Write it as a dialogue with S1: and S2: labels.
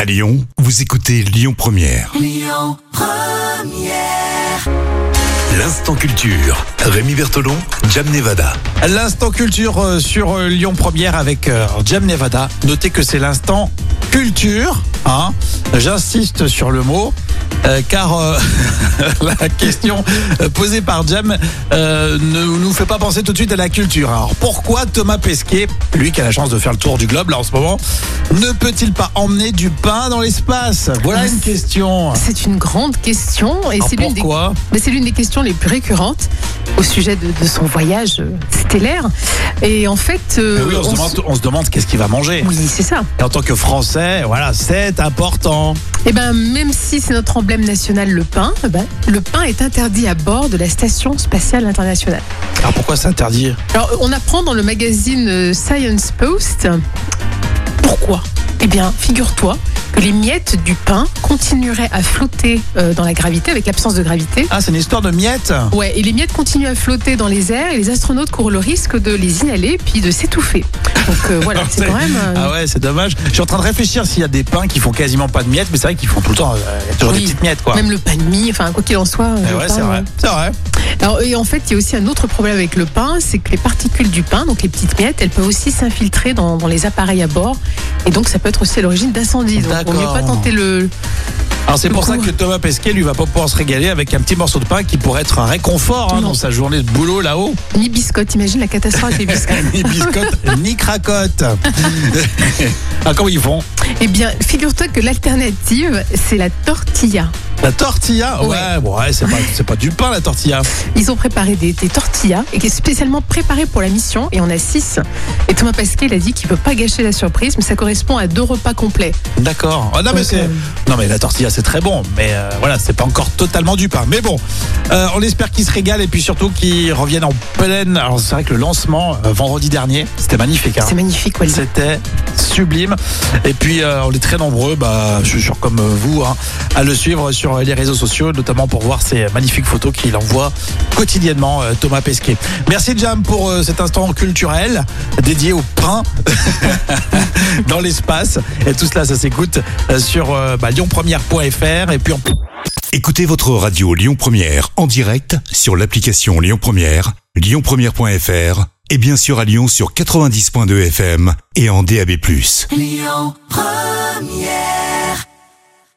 S1: À Lyon, vous écoutez Lyon Première. L'instant culture. Rémi Bertolon, Jam Nevada.
S2: L'instant culture euh, sur euh, Lyon Première avec euh, Jam Nevada. Notez que c'est l'instant culture. Hein J'insiste sur le mot. euh, car euh, la question euh, posée par Jam euh, ne nous fait pas penser tout de suite à la culture. Alors pourquoi Thomas Pesquet, lui qui a la chance de faire le tour du globe là en ce moment, ne peut-il pas emmener du pain dans l'espace Voilà une question.
S3: C'est une grande question et
S2: Alors,
S3: c'est l'une des,
S2: pourquoi
S3: mais c'est l'une des questions les plus récurrentes au sujet de, de son voyage euh, stellaire. Et en fait, euh,
S2: Mais oui, on, se
S3: on s-
S2: demande, on se demande qu'est-ce qu'il va manger.
S3: oui, c'est ça.
S2: Et en tant que Français, voilà, c'est important.
S3: Et ben, même si c'est notre emblème national, le pain, eh ben, le pain est interdit à bord de la station spatiale internationale.
S2: Alors pourquoi s'interdire
S3: Alors, on apprend dans le magazine euh, Science Post pourquoi. Eh bien, figure-toi que les miettes du pain continueraient à flotter euh, dans la gravité avec l'absence de gravité.
S2: Ah, c'est une histoire de miettes
S3: Ouais, et les miettes continuent à flotter dans les airs et les astronautes courent le risque de les inhaler puis de s'étouffer. Donc euh, voilà, c'est quand même. euh,
S2: Ah ouais, c'est dommage. Je suis en train de réfléchir s'il y a des pains qui font quasiment pas de miettes, mais c'est vrai qu'ils font tout le temps. euh, Il y a toujours
S3: Oui.
S2: des petites miettes, quoi.
S3: Même le pain de mie, enfin quoi qu'il en soit. euh,
S2: Ah Eh
S3: le
S2: ouais,
S3: pain,
S2: c'est vrai.
S3: ouais.
S2: C'est vrai.
S3: Alors, et en fait, il y a aussi un autre problème avec le pain, c'est que les particules du pain, donc les petites miettes, elles peuvent aussi s'infiltrer dans, dans les appareils à bord, et donc ça peut être aussi à l'origine d'incendies. Donc, vaut mieux
S2: D'accord.
S3: pas tenter le.
S2: Alors c'est
S3: Du
S2: pour ça
S3: coup-
S2: que Thomas Pesquet, lui, va pas pouvoir se régaler avec un petit morceau de pain qui pourrait être un réconfort hein,
S3: Non.
S2: dans sa journée de boulot là-haut.
S3: Ni biscotte, imagine la catastrophe des biscottes.
S2: Ni biscotte, ni cracotte. ah, comment ils font
S3: eh bien, figure-toi que l'alternative, c'est la tortilla.
S2: La tortilla Ouais,
S3: Ouais.
S2: bon, ouais, c'est pas, c'est pas du pain, la tortilla.
S3: Ils ont préparé des, des tortillas et qui est spécialement préparé pour la mission et on a six. Et Thomas Pasquet il a dit qu'il ne peut pas gâcher la surprise, mais ça correspond à deux repas complets.
S2: D'accord. Ah, non, mais
S3: Donc,
S2: c'est-
S3: euh,
S2: non, mais la tortilla, c'est très bon. Mais euh, voilà, c'est pas encore totalement du pain. Mais bon, euh, on espère qu'ils se régalent et puis surtout qu'ils reviennent en pleine. Alors, c'est vrai que le lancement, euh, vendredi dernier, c'était magnifique. hein.
S3: C'est magnifique, Walid.
S2: C'était sublime. Et puis, euh, on est très nombreux, bah, je suis sûr comme vous, hein, à le suivre sur les réseaux sociaux, notamment pour voir ces magnifiques photos qu'il envoie quotidiennement, euh, Thomas Pesquet. Merci, Jam, pour euh, cet instant culturel dédié au pain dans l'espace. Et tout cela, ça s'écoute euh, sur euh, bah, lyonpremière.fr. Et puis, on...
S1: Écoutez votre radio Lyon Première en direct sur l'application Lyon Première, lyonpremière.fr et bien sûr à Lyon sur 90.2 FM et en DAB+.